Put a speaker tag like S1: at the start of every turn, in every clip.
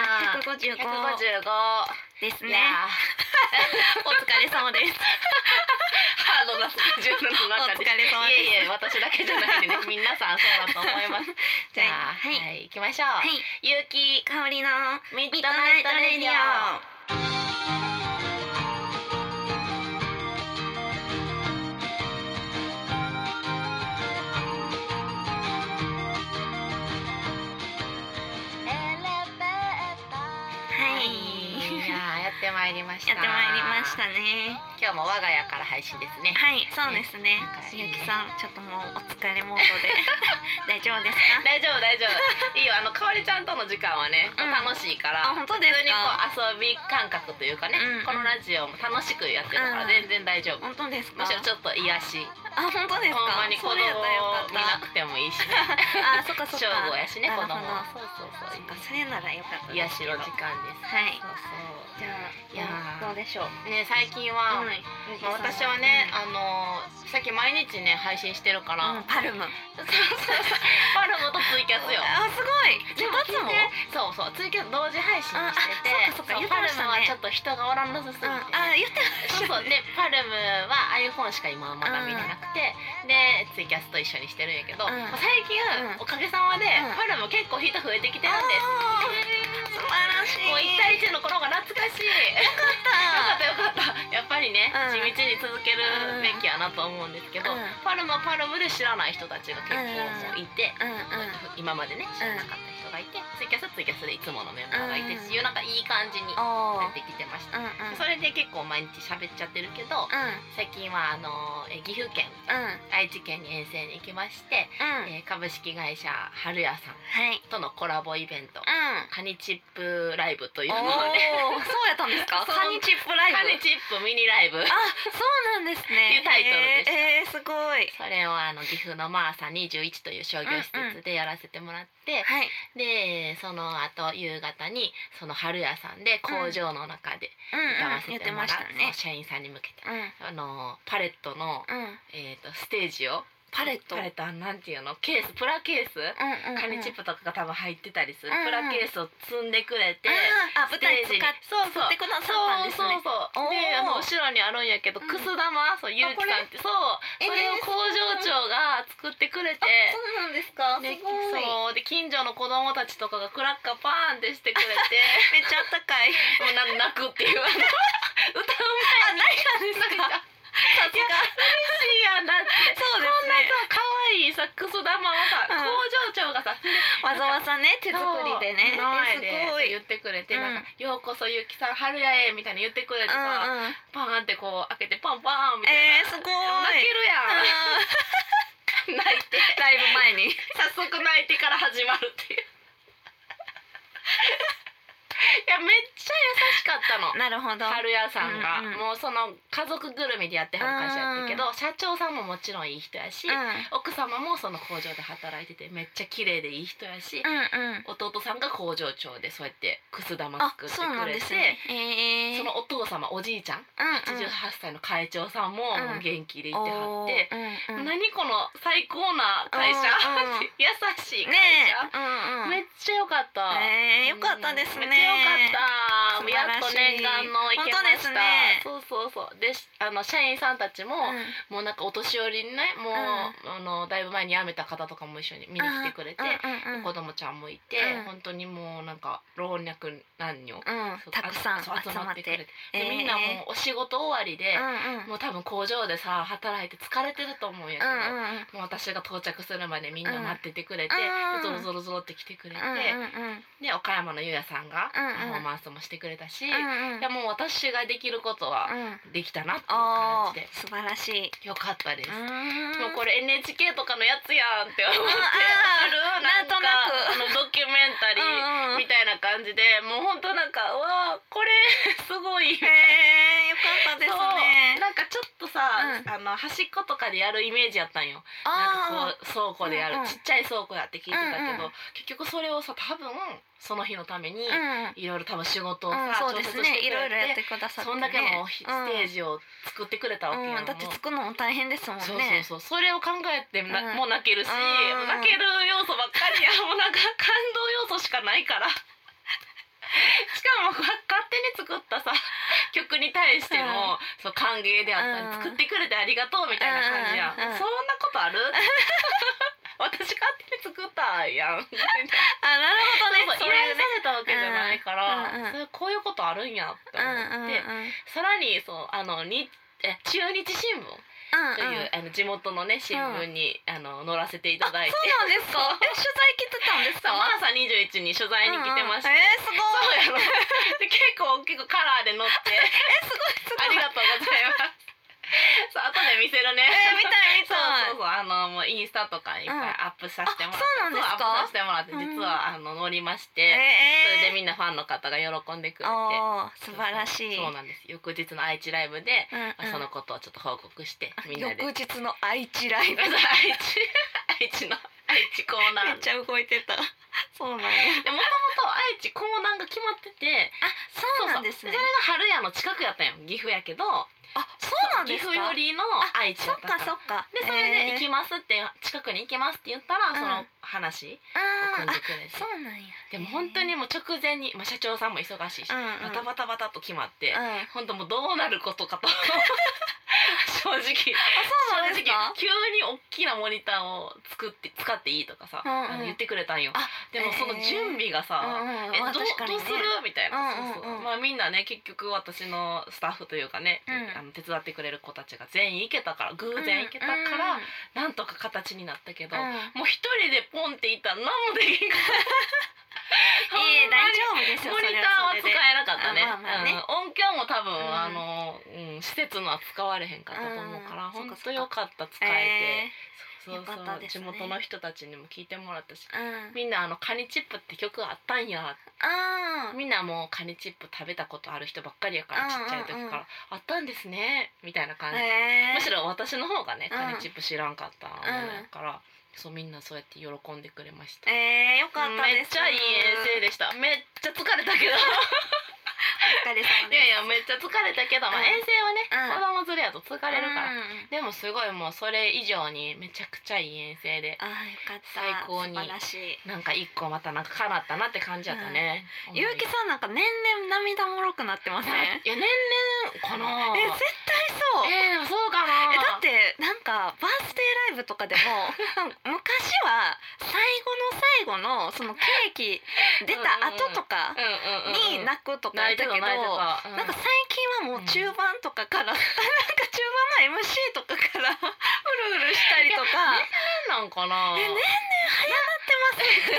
S1: 155
S2: 155
S1: です
S2: い
S1: ね
S2: やー
S1: お疲れ様です
S2: ハードなスケジュールの
S1: お
S2: 中
S1: 疲
S2: で
S1: れ様です
S2: いやいや私だけじゃな くてね皆さんそうだと思いますじゃあ
S1: は
S2: はいい、行きましょう、
S1: はい
S2: ゆうき
S1: 香りの
S2: ミ
S1: ミ
S2: ッ
S1: ッ
S2: ド
S1: ド
S2: ナ
S1: ナ
S2: イ
S1: イ
S2: ト
S1: ト
S2: レ
S1: レ
S2: デ
S1: デ
S2: ィ
S1: ィ
S2: オ
S1: オ
S2: はいいややってまいりました
S1: やってまいりましたね
S2: 今日も我が家から配信ですね
S1: はいそうですね
S2: なんかい
S1: ゆ
S2: いね
S1: うきさんちょっともうお疲れモード で大丈夫ですか
S2: 大丈夫大丈夫いいよあのかおりちゃんとの時間はね、
S1: うん
S2: 楽しいから
S1: あ本当です
S2: 普通に
S1: か
S2: こう遊び感覚というかね、
S1: うんうん
S2: このラジオも楽しくやってるから
S1: うん
S2: 全然大丈夫、
S1: 本当ですか
S2: むしろちょっと癒やし
S1: あ本当ですか
S2: ほんまに子
S1: そ
S2: 供
S1: れやったらよかっ
S2: 見な
S1: た
S2: くてもいいし、ね、
S1: あそっ かそっか
S2: 正午やしね
S1: な
S2: 子
S1: る
S2: 供
S1: ほど
S2: そうそう
S1: そ
S2: そ
S1: っ
S2: う
S1: かそれならよかったですけど
S2: 癒やしの時間です
S1: はい
S2: そう
S1: じゃあ
S2: いやー
S1: どうでしょう
S2: そうね最近は、
S1: うん
S2: まあ私はね、あのー、さっき毎日ね配信してるか
S1: うん
S2: ら、
S1: パルム
S2: そうそうそうパルムとツイキャスよ
S1: あすごい
S2: でも
S1: 二つも
S2: そうそうツイキャス同時配信して
S1: あ
S2: て
S1: そうかそうか
S2: そ
S1: 言
S2: う
S1: って
S2: パ
S1: ま
S2: ル
S1: した
S2: ム
S1: ね
S2: はちょっと人がおらんなさすぎて、
S1: うんあ言って
S2: そうそうでパルムは iPhone しか今はまだ見れなくて、でツイキャスと一緒にしてるんやけど、
S1: うん
S2: まあ最近、
S1: うん
S2: おかげさまで、
S1: うん
S2: パルム結構人増えてきて
S1: た
S2: るんです
S1: あー素晴らしい
S2: もう1対1の頃が懐かしいよかったよかったやっぱりね、
S1: うん
S2: 地道に続けるべきやなと思うんですけど、
S1: うん
S2: パルムはパルムで知らない人たちが結構もういて、
S1: うんうん
S2: 今までね知らなかった人がいて、ツイキャスはツイキャスでいつものメンバーがいてってい
S1: う
S2: う、
S1: ん
S2: なんかいい感じにな
S1: おー
S2: ってきてまし
S1: う
S2: た、
S1: んうん
S2: それで結構毎日喋っちゃってるけど、
S1: うん
S2: 最近はあのえ岐阜県
S1: うんうん
S2: 愛知県に遠征に行きまして、えー株式会社春屋さん
S1: はい
S2: とのコラボイベント、
S1: うん
S2: カニチップライブという
S1: お
S2: のをね
S1: おーそうやったんですか
S2: そう
S1: カニチップライブ
S2: カニチップミニライブ
S1: あそうなんですね
S2: いうタイトルでした
S1: えーえーすごい
S2: それをあの岐阜のマーサ21という商業施設でやらせてもらって、
S1: はい
S2: でその後夕方にその春屋さんで工場の中で
S1: うんうん
S2: 歌わせ
S1: 言ってて
S2: も
S1: ま
S2: らっ
S1: したね
S2: そう社員さんに向けて、
S1: うん
S2: あのパレットの、
S1: うん
S2: えー、とステージを
S1: パレット
S2: パレットはなんていうのケースプラケース、
S1: うんうん
S2: カニチップとかが多分入ってたりする、
S1: うんうん
S2: プラケースを積んでくれて、
S1: あーあ舞台使っ
S2: ステージにそうそう
S1: てくださったん
S2: そ
S1: で
S2: う
S1: すね
S2: そうそう
S1: おー
S2: であの後ろにあるんやけど
S1: うん
S2: くす玉、そうゆうきさんってそう
S1: えー
S2: それを工場長が作ってくれて、
S1: あそうなんですかすご
S2: で
S1: い
S2: そうで近所の子供たちとかがクラッカーパーンってしてくれて
S1: めっちゃあったかい
S2: もうな泣くっていうあの 歌う
S1: あないなんです
S2: まいなん
S1: か
S2: かさすが嬉しいやんだって
S1: そうで
S2: こん
S1: す
S2: な
S1: ね
S2: さ可愛いさクソ玉をさ、
S1: うん
S2: 工場長がさ
S1: わざわざね手作りでね
S2: そう前です
S1: ごい
S2: 言ってくれて、
S1: うん
S2: なんかようこそゆきさん春やへみたいに言ってくれてさ、
S1: うんうん
S2: パーンってこう開けてパンパンみたい
S1: えー
S2: な、
S1: すごい
S2: 泣けるやん
S1: あー
S2: 泣いて
S1: ライブ前に
S2: 早速泣いてから始まるっ ていういやめっちゃ優しかったの
S1: なるほど
S2: 春屋さんが、
S1: うんうん
S2: もうその家族ぐるみでやってはる会社やったけど、社長さんももちろんいい人やし、
S1: うん
S2: 奥様もその工場で働いててめっちゃ綺麗でいい人やし、
S1: うんうん
S2: 弟さんが工場長でそうやってくす玉
S1: あ
S2: 作って
S1: そうなん
S2: くれ
S1: で
S2: て
S1: す
S2: そ,、
S1: ねえー
S2: のお父様おじいちゃ
S1: う
S2: ん
S1: んうん
S2: 88歳の会長さんも
S1: うん
S2: もう元気でいてはって、
S1: おーうんうん
S2: 何この最高な会
S1: う
S2: 社、
S1: んうん
S2: 優しい会
S1: ね
S2: 社、
S1: えうんうん
S2: めっちゃ良かった、
S1: えー、よかったですね。
S2: めっちゃ良かった。もうやっと
S1: 素晴らし
S2: 念
S1: い
S2: 願の行けました。そうそうそう。で、あの社員さんたちも、
S1: うん
S2: もうなんかお年寄りにね、もう、あのだいぶ前に辞めた方とかも一緒に見に来てくれて、
S1: うんうんうん
S2: 子供ちゃんもいて、
S1: うん
S2: 本当にもうなんか老若男女、
S1: うん
S2: そう
S1: たくさん集
S2: そう
S1: まって。
S2: くれて、
S1: え
S2: で
S1: ー
S2: みんなもうお仕事終わりで
S1: う、んうん
S2: もう多分工場でさ働いて疲れてると思うんやけど。
S1: うんうんうん
S2: もう私が到着するまでみんな待っててくれて、
S1: うん
S2: ゾロゾロゾロって来てくれて、
S1: うんうん
S2: で岡山のゆうやさんが
S1: うんうん
S2: パフォーマンスもしてくれたし、
S1: うんうん
S2: いやもう私ができることは
S1: うん
S2: できたなって
S1: お
S2: いう感
S1: ー
S2: じで
S1: 素晴らしい。
S2: よかったです。
S1: う
S2: も
S1: ん
S2: うこれ NHK とかのやつやんって思って
S1: うん
S2: ある
S1: うん
S2: なんか
S1: なん
S2: あのドキュメンタリ
S1: うんう
S2: ー
S1: ん
S2: みたいな感じでもう本当なんかうわーこれ すごいみたいな
S1: えー、よかったです
S2: そう
S1: ね。
S2: なんかちょっとさ、
S1: うん
S2: あの端っことかでやるイメージやったんよなん
S1: あ
S2: かこう倉庫でやる、
S1: うんうん
S2: ちっちゃい倉庫やって聞いてたけど、
S1: うんうん
S2: 結局それをさ多分その日のために、
S1: ーうん
S2: いろいろ多分仕事を
S1: うん
S2: さ、
S1: そう
S2: 調
S1: で
S2: 節
S1: す
S2: してくれて
S1: ね。いろいろやってくださってね。
S2: そんだけのひステー
S1: ジ
S2: ジを作ってくれたわけやん、
S1: うん、だって
S2: もう
S1: 作るのも大変ですもん
S2: そうそう
S1: ね。
S2: そうそれを考えてな、
S1: うん
S2: もう泣けるし、
S1: うん
S2: もう泣け る要素ばっかりやもうなんか感動要素しかないからしかもこう勝手に作ったさ曲に対しても、そう歓迎であったり、
S1: うん
S2: 作ってくれてありがとうみたいな感じやん、
S1: うんうんうん
S2: そんなこ とある私勝手に作ったやんみたい
S1: あ
S2: な
S1: なるほどね
S2: そうそう依頼されたわけじゃないから、
S1: うんうんうん
S2: それこういうことあるんやって
S1: う
S2: 思
S1: ん
S2: って、
S1: うんうんうん
S2: さらにそうあのにえ中日新聞とい
S1: う
S2: う、
S1: ん
S2: あの地元のね新聞に、あの載らせていただいて
S1: そうなんですかえ取材来てたんですか
S2: そうマーサ21に取材に来てまし
S1: う
S2: た、
S1: んうんえーすごい
S2: そうやろで結構結構カラーで載って
S1: すご
S2: あ
S1: い
S2: りがとうございますそう後で見せるね、
S1: えー見たい見たい
S2: そうそうそうあのもうインスタとかいっぱいアップさせてもらって、
S1: うんあそうなんですか
S2: アップさせてもらって実は、あの載りまして、それ
S1: え
S2: でみんなファンの方が喜んでくれて
S1: おー素晴らしい
S2: そうなんです翌日の愛知ライブで、
S1: うんうん
S2: そのことをちょっと報告してみんなで
S1: 翌日の愛知ライブ
S2: 愛 知愛知の愛知コー
S1: め
S2: ナー
S1: っちゃ動いてたそうなんや
S2: でもともと愛知コーナーが決まってて
S1: あそうなんですね
S2: そうそうそれが春屋の近くやったんよ岐阜やけど
S1: あそうなん
S2: 岐
S1: ですか
S2: 阜よりの愛知
S1: そ
S2: だ
S1: っ
S2: ったから
S1: かそっか
S2: でそれで行
S1: えー
S2: きますって近くに行きますって言ったら、
S1: うん
S2: その話を
S1: あ
S2: 組ん
S1: ー
S2: で
S1: あ
S2: くれて
S1: そうなんや
S2: でも本当にもう直前に、まあ、社長さんも忙しいし、
S1: うんうん
S2: バタバタバタと決まって、
S1: うん
S2: 本当もうどうなるこ とかと正直
S1: あそうなんです
S2: 正直
S1: か
S2: 急に大きなモニターを作って使っていいとかさ、
S1: うんうん
S2: あの言ってくれたんよ
S1: あ
S2: でもその準備がさ、
S1: うんうん
S2: え
S1: まあ
S2: どう
S1: 確かに
S2: どう
S1: ね
S2: するみたいな、そう
S1: うんうんうん
S2: そうまあみんなね結局私のスタッフというかね、
S1: うん
S2: あの手伝ってくれる子たちが全員行けたから偶
S1: うん
S2: 然行けたか
S1: う
S2: ら、なんとか形になったけど、
S1: んうん
S2: もう一人でポンって行ったら何もできんかった。
S1: いえ
S2: ほんま
S1: 大丈夫で
S2: に
S1: すよ
S2: モ
S1: そ
S2: ニ
S1: れ
S2: ター
S1: は
S2: は
S1: それで
S2: 使えなかったね,、
S1: あまあまあね
S2: うん、音響も多分、
S1: ん
S2: あの、うん、施設のは使われへんかったと思うから、
S1: うんそっ
S2: 本
S1: か
S2: 当よかった使え
S1: え
S2: て、そうそ
S1: よ
S2: う
S1: かったです
S2: 地
S1: ね
S2: 元の人たちにも聞いてもらったし
S1: ーうん
S2: みんなあのカニチップって曲あったんや
S1: あー
S2: みんなもうカニチップ食べたことある人ばっかりやから
S1: うん
S2: ちっちゃい時から、
S1: うんうん
S2: あったんですねみたいな感じ、
S1: えー
S2: むしろ私の方がね
S1: うん
S2: カニチップ知らんかったものやから、そうみんなそうやって喜んでくれました。
S1: えーよかった
S2: め
S1: で
S2: っ
S1: す
S2: ちゃいい遠征でした。めっちゃ疲れたけど。
S1: お疲れ様
S2: いや
S1: で
S2: いやめっちゃ疲れたけど、まあ、
S1: うん
S2: 遠征はね、
S1: う
S2: 子供連れやと疲れるから、
S1: うん
S2: でもすごいもうそれ以上にめちゃくちゃいい遠征で
S1: あーよかった
S2: 最高に
S1: 素晴らしい
S2: なんか一個またなんか叶ったなって感じやったね、思い
S1: ゆうきさんなんか年々涙もろくなってませんえ
S2: いや年々かな
S1: 絶対そう
S2: えーでもそうかな
S1: えだってなんかバースデーライブとかで もなんか昔は最後の最後のそのケーキ出た後とか
S2: うんうんう
S1: に
S2: ん
S1: 泣くとか
S2: 泣
S1: 言ってたけ
S2: いた
S1: ど、
S2: 泣いてた、
S1: なんか最近はもう中盤とか から、なんか中盤の MC とかから うるうるしたりとか。
S2: 変なんかな
S1: え年々流行って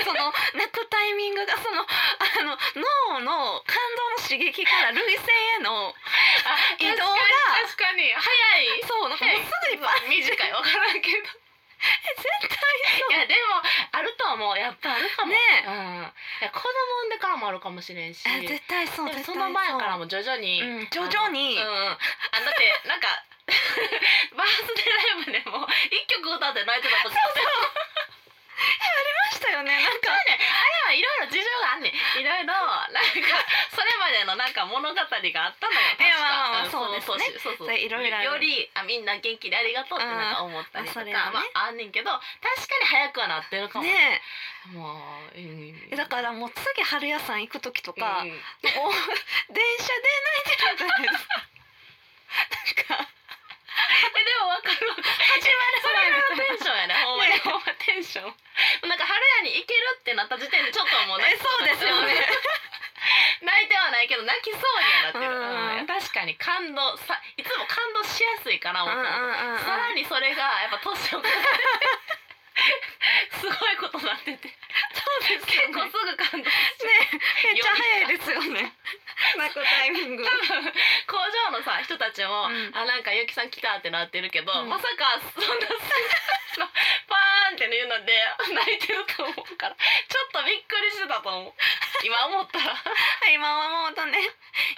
S1: ますって その泣くタイミングがそのあの脳の感動の刺激から涙腺への
S2: あ
S1: 移動が
S2: 確かに確かに
S1: そうなんか
S2: 早
S1: も
S2: いう
S1: すぐにバーッ
S2: 短いわからん けど
S1: 絶対
S2: いやでもあると思うやっぱあるかも
S1: ねえ
S2: うん、いや子供産んでからもあるかもしれんし
S1: え絶対そう
S2: でも
S1: 絶対
S2: そうの前からも徐々に、
S1: うん徐々に
S2: あのうん、あだってなんか バースデーライブでも一曲歌って泣いてた時そうそう
S1: ましたよねなんか
S2: ねあれはいろいろ事情があんねんいろいろなんかそれまでのなんか物語があったのよ確か
S1: いやまあまあ
S2: ん
S1: そうですね
S2: そうそう
S1: それいろいろある
S2: よりあみんな元気でありがとうってなんか思ったりとか、
S1: うんまあそれはね
S2: まあ、あんねんけど確かに早くはなってるかも、
S1: ね
S2: もう、うん
S1: えだからもう次春屋さん行く時とか、
S2: うん
S1: もう電車で泣いてるんじゃないですか なんか
S2: えでもわかるわかる
S1: 始
S2: そ
S1: ま
S2: れ
S1: る
S2: が
S1: 前
S2: テンションやねほんまに
S1: ね
S2: ほんまテンションなんか春屋に行けるってなった時点でちょっともう泣
S1: え
S2: き
S1: そうですよね
S2: 泣いてはないけど泣きそうにはなってる
S1: うんうん
S2: うん確かに感動さいつも感動しやすいかな
S1: うんうん
S2: 女の子
S1: うんうん
S2: さらにそれがやっぱ年を重ねてすごいことになってて
S1: そうです
S2: 結
S1: よ
S2: 構
S1: ね
S2: すぐ感
S1: ね
S2: 動し
S1: めっちゃ早いですよ ね。泣くタイミング。
S2: 工場のさ人たちも、
S1: うん
S2: あなんかゆきさん来たってなってるけど、
S1: うん
S2: まさかそんなそのパーンって言うので 泣いてると思うからちょっとびっくりしてたと思う今思ったら
S1: 今はもうとね。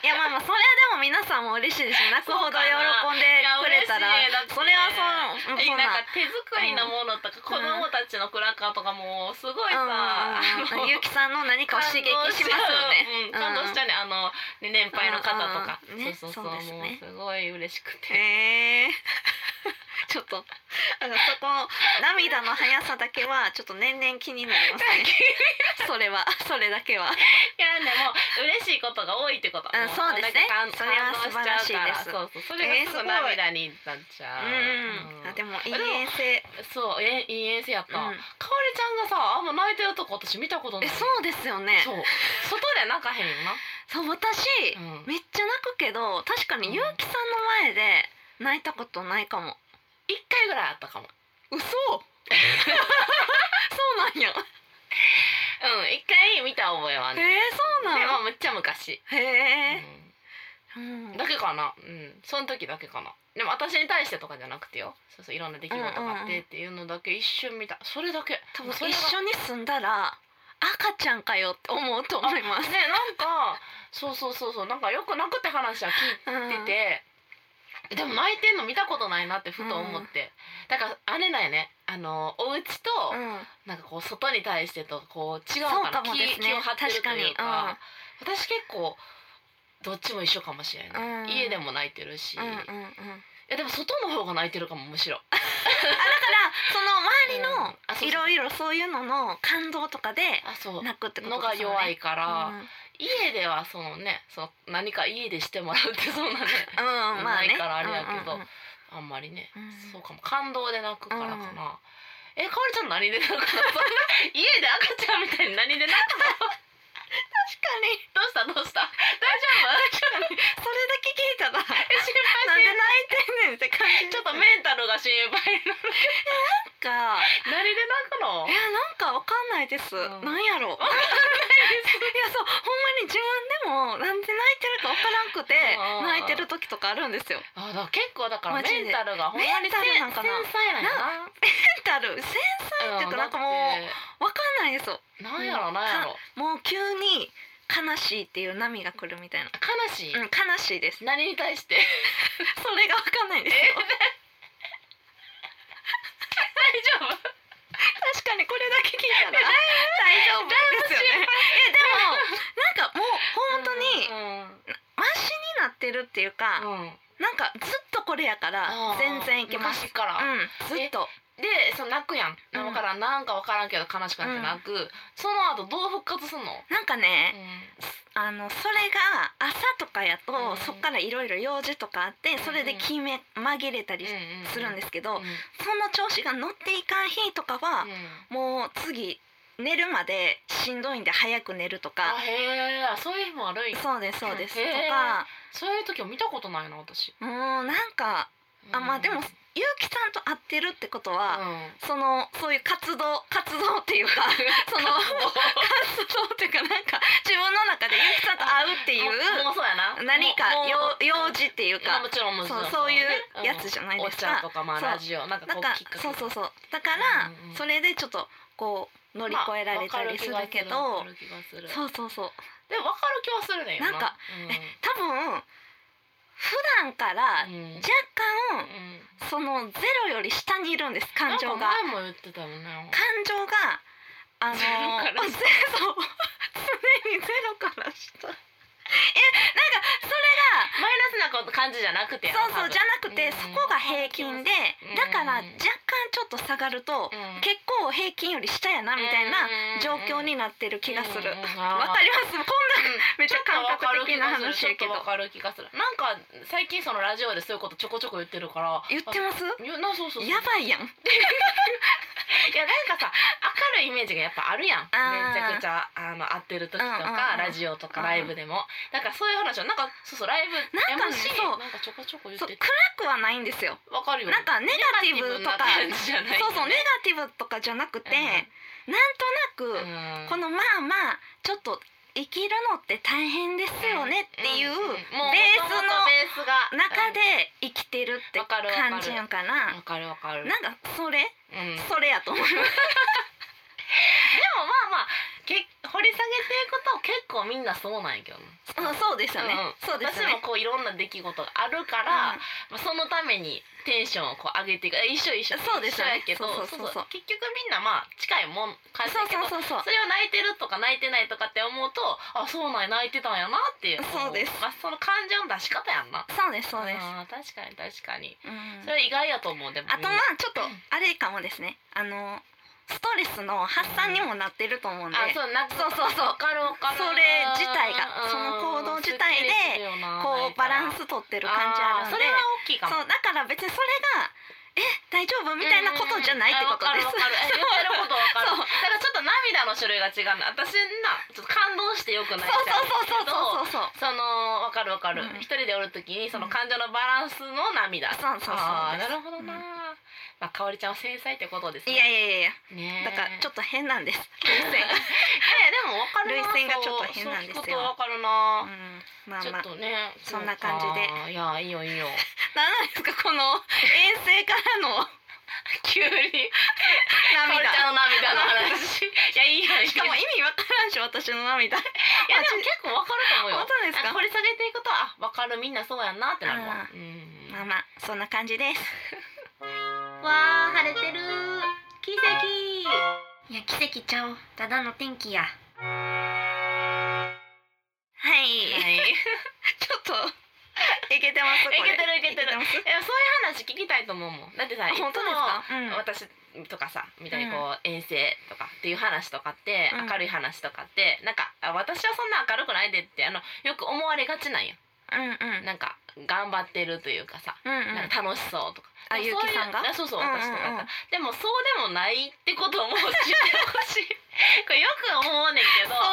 S1: いやまあまあそれはでも皆さんも嬉しいですよ。泣くほど喜んでくれたら
S2: いや嬉しいだって。
S1: それはそう。うん
S2: え
S1: そん
S2: なん
S1: な。
S2: か手作りのものとか、子
S1: うん
S2: 供たちのクラッカーとかもすごいさ、あ
S1: うんうんうん
S2: の
S1: ゆうきさんの何かを刺激しますよね。
S2: 感動しち
S1: ゃう
S2: ゃうね、あのね年配の方とか、
S1: うんうんね
S2: そうそう
S1: そ
S2: そう
S1: うですね
S2: もうすごい嬉しく
S1: ん。
S2: て、
S1: へえ。ちょっと。あのそこ涙の 速さだけはちょっと年々気になりますね。それはそれだけは。
S2: いや年でも嬉しいことが多いってこと。
S1: うん
S2: も
S1: そうですね
S2: なんか
S1: それは素晴らしいです
S2: 感動しちゃうからそうそう、それがすぐ涙になっちゃう。
S1: うん、あで
S2: も
S1: もいい遠征、
S2: そう、えいい遠征やった。
S1: う
S2: かお
S1: ん
S2: りちゃんがさ、あんま泣いてるとこ私見たことな
S1: え
S2: い。
S1: そうですよね
S2: そう。外で泣かへんよな。
S1: そう私、
S2: うん
S1: めっちゃ泣くけど確か
S2: うん
S1: にゆうきさんの前で泣いたことないかも
S2: 一回ぐらいあったかも。
S1: 嘘そうなんや
S2: うん、一回見た覚えは
S1: へ
S2: ね。
S1: えそう
S2: で
S1: なの
S2: もめっちゃ昔。
S1: へえ、うん
S2: うんだけかな。うん、その時だけかな。でも私に対してとかじゃなくてよ。そうそう、いろんな出来事があっ
S1: うんうんう
S2: て
S1: ん
S2: っていうのだけ一瞬見た。それだけ。
S1: 多分
S2: それ
S1: 一
S2: が
S1: 緒に住んだら赤ちゃんかよって思うと思います
S2: ねなんかそうそうそうそうなんかよく泣くって話は聞いてて、でも泣いてんの見たことないなってふと思って、
S1: うん
S2: だからあれだよねあのお家と、
S1: うん、うん
S2: なんかこう外に対してとこう違う
S1: そう
S2: か
S1: か
S2: な
S1: も
S2: 気,、
S1: ですね
S2: 気を張ってるというか
S1: 確か
S2: 私結構どっちも一緒かもしれない、
S1: うん
S2: 家でも泣いてるし、
S1: うんうんうん
S2: い
S1: だから
S2: やでも外の方が泣いてるかもむしろ
S1: その周
S2: うんあそうそ
S1: り
S2: う
S1: のいろいろそういうのの感動とかで
S2: あそう
S1: 泣くってこと
S2: のが弱いか、
S1: から
S2: 家ではそのねその何か家でしてもらうってそんなね
S1: うん、うん、まあね
S2: ないからあれやけ
S1: う
S2: ど
S1: んうんうん
S2: あんまりね、
S1: うん
S2: そうかも感動で泣くからか
S1: う
S2: な、
S1: ん
S2: えかおりちゃん何で泣くの そんな家で赤ちゃんみたいに何で泣くの
S1: 確かに
S2: どうしたどうした大丈夫
S1: それだけ聞いたらなん
S2: え心
S1: で
S2: 配してる
S1: 泣いてんねんって感じ
S2: ちょっとメンタルが心配なの
S1: か
S2: 何で泣くの
S1: いやなんかわかんないです、
S2: うん
S1: なんやろいや そうほんまに自分でもなんで泣いてるかわからんくて
S2: うん
S1: 泣いてる時とかあるんですよメ
S2: あだから結構だから
S1: マジで
S2: メンタルがほんまに
S1: メンタルなんか
S2: 繊
S1: な
S2: 細なんやな
S1: ンタルせ
S2: うん
S1: っていうかなんかもうわかんないですよ
S2: だってなんやろなんやろ
S1: もう急に悲しいっていう波が来るみたいな
S2: 悲しい、
S1: うん悲しいです
S2: 何に対して
S1: それがわかんないですよ
S2: 大丈夫
S1: 確かにこれだけ聞いたら大丈夫ですよねえでもなんかもう本当に
S2: う
S1: マシになってるっていうか、
S2: んうんうん
S1: なんかずっとこれやから全然いけます
S2: 昔から、
S1: うんずっと
S2: でその泣くやん、
S1: うん
S2: だからなんかわからんけど悲しくなって泣く、その後どう復活すんの、
S1: なんかねあのそれが朝とかやと、
S2: うん
S1: そっからいろいろ用事とかあってそれで決め紛れたりするんですすけど、
S2: けうん
S1: その調子が乗っていかん日とかは、もう次寝るまでしんどいんで早く寝ると
S2: あ
S1: か、
S2: へえそういう日もあるんや
S1: そうですそうですと
S2: へー
S1: か
S2: そういう時は見たことないな私、
S1: もうなんか
S2: うん
S1: あまあでもゆうきさんと会ってるってことは、
S2: うん
S1: そのそういう活動活動っていう かその活動っていうかなんか自分の中でゆうきさんと会うってい
S2: もも
S1: う
S2: うそうやな
S1: 何か
S2: もうもう
S1: 用用事っていう
S2: まあ
S1: か
S2: もちろんもちろん
S1: そうそういう
S2: ね
S1: やつじゃない
S2: お
S1: ですか。
S2: 茶とかまあ
S1: そう
S2: ラジオなんか
S1: な
S2: こ
S1: ん
S2: う
S1: か
S2: きっかけ
S1: そうそうそうだから
S2: うんうん
S1: それでちょっとこう乗り越えられたりするけ
S2: まあわ
S1: ど
S2: かる気がするわかる気がする
S1: そうそうそう
S2: でもわかる気はするねんよ
S1: なんか
S2: うん
S1: え多分普段から若
S2: うん
S1: 干
S2: うん
S1: そのゼロより下にいるんです感情が
S2: なんか前も言ってたよね
S1: 感情があの
S2: ゼロか ら
S1: ゼロ常にゼロから下えなんかそれが
S2: マイナスなこと感じじゃなくてやな
S1: そうそうじゃなくて、
S2: うん
S1: そこが平均で、
S2: うん
S1: だから若干ちょっと下がると、
S2: うん
S1: 結構平均より下やなみたいな状況になってる気がする。わ、か
S2: り
S1: りますこんなめっちゃ感覚的な話やけど
S2: わかる気がするなんか最近そのラジオでそういうことちょこちょこ言ってるから
S1: 言ってます
S2: いやなそうそうそう
S1: やばいやん。
S2: いやなんかさ明るいイメージがやっぱあるやん
S1: あー
S2: めちゃくちゃあの会ってる時とか、
S1: うんうんうん
S2: ラジオとかライブでもだからそういう話をなんかそうそうライブ
S1: なんかね
S2: MC
S1: そう
S2: なんかちょこちょこ言っ
S1: そう
S2: て
S1: 暗くはないんですよ。
S2: わかるよ
S1: なんかネガティブとか、
S2: ネガティブな感じじゃない
S1: そうそうネガティブとかじゃなくて、
S2: うん
S1: なんとなく、
S2: うん
S1: このまあまあちょっと生きるのって大変ですよねっていうベー
S2: んんん
S1: ス
S2: もう元々
S1: の
S2: ベースが
S1: 中で生きてるって
S2: わかるわかる
S1: 感じやんか
S2: うんわ
S1: な。
S2: かるわかる
S1: なんかそれ
S2: うん
S1: それやと思います。
S2: でもまあまあけ掘り下げていくと結構みんなそうなんやけど
S1: うん
S2: な、
S1: そうですよね
S2: うんうん。
S1: そうですよ
S2: 私も
S1: ね。
S2: こういろんな出来事があるから、まあ、そのためにテンションをこう上げていくえ一緒一緒
S1: そうです
S2: 一
S1: よね
S2: 緒やけど
S1: そうそうそうそう
S2: 結局みんなまあ近いも
S1: う
S2: ん
S1: ん
S2: 感じだけど
S1: そうそうそうそう。
S2: れを泣いてるとか泣いてないとかって思うとあそうなんや泣いてたんやなっていう
S1: そうです
S2: まあ、その感情の出し方やんな
S1: そうですそうです。
S2: あー確かに確かに
S1: うん
S2: それは意外やと思うでも
S1: あとま
S2: みんな
S1: あちょっとあれかもですね。あのストレスの発散にもなってると思うんで
S2: あそう夏
S1: そうそうそう
S2: わかるわかる
S1: それ自体がその行動自体です
S2: っきりするよな
S1: こうバランス取ってる感じあるん
S2: ーそ
S1: で
S2: れは大きいかも
S1: そうだから別にそれがえ大丈夫みたいなことじゃないってことです。
S2: うんうんうんあわかるわかるえ言ってることわか
S1: そう
S2: るだからちょっと涙の種類が違うの私なちょっと感動してよくないみたいな
S1: そうそうそうそうそうそう。
S2: そのわかるわかる、
S1: うん
S2: 一人でおるときにその感情のバランスの涙、
S1: そうそうそう
S2: あー
S1: です
S2: なるほど
S1: うん
S2: な、まあかおりちゃんは繊細ってことです
S1: い
S2: ね
S1: やいやいやい
S2: ね
S1: やだからちょ
S2: っ
S1: っ
S2: と
S1: と変なんです。
S2: いやいやでもわかるな
S1: 涙腺がちょっと変なんですよ
S2: そうそう聞くとわかるな、
S1: うんまあ
S2: ちょ
S1: ま
S2: っ
S1: あ。
S2: とね
S1: そんな感じで
S2: そうかいやいいよい いよ
S1: なんなんですかこの遠征からの
S2: 急にかおり
S1: 涙
S2: ち。ゃんの涙の話 いやいいよいいよ
S1: しかも意味わからんし私の涙。
S2: いやでも結構わかると思うよ
S1: 本当ですか
S2: あ掘り下げていくとあわかるみんなそうやんなってなるわ
S1: あ
S2: うん
S1: まあまあそんな感じです。
S2: わあ晴れてる奇跡
S1: いや奇跡ちゃうただの天気や。はい。
S2: はい
S1: ちょっといけてますこれ。
S2: いけてるいけてる
S1: ます
S2: えそういう話聞きたいと思うもんだってさいつも
S1: 本当ですか。
S2: 私とかさみたいにこう遠征とかっていう話とかって、
S1: うん
S2: 明るい話とかってなんかあ私はそんな明るくないでってあのよく思われがちなんよ
S1: うんうんうん
S2: なんか頑張ってるというかさ、
S1: うんうん
S2: なん か楽しそうとか
S1: あ
S2: で
S1: ゆう
S2: もそう
S1: き
S2: い
S1: さんが
S2: あそうそう
S1: うんうんうん
S2: 私とかさ、でもそうでもないってことも知ってほ しいこれよく思うねんけどそう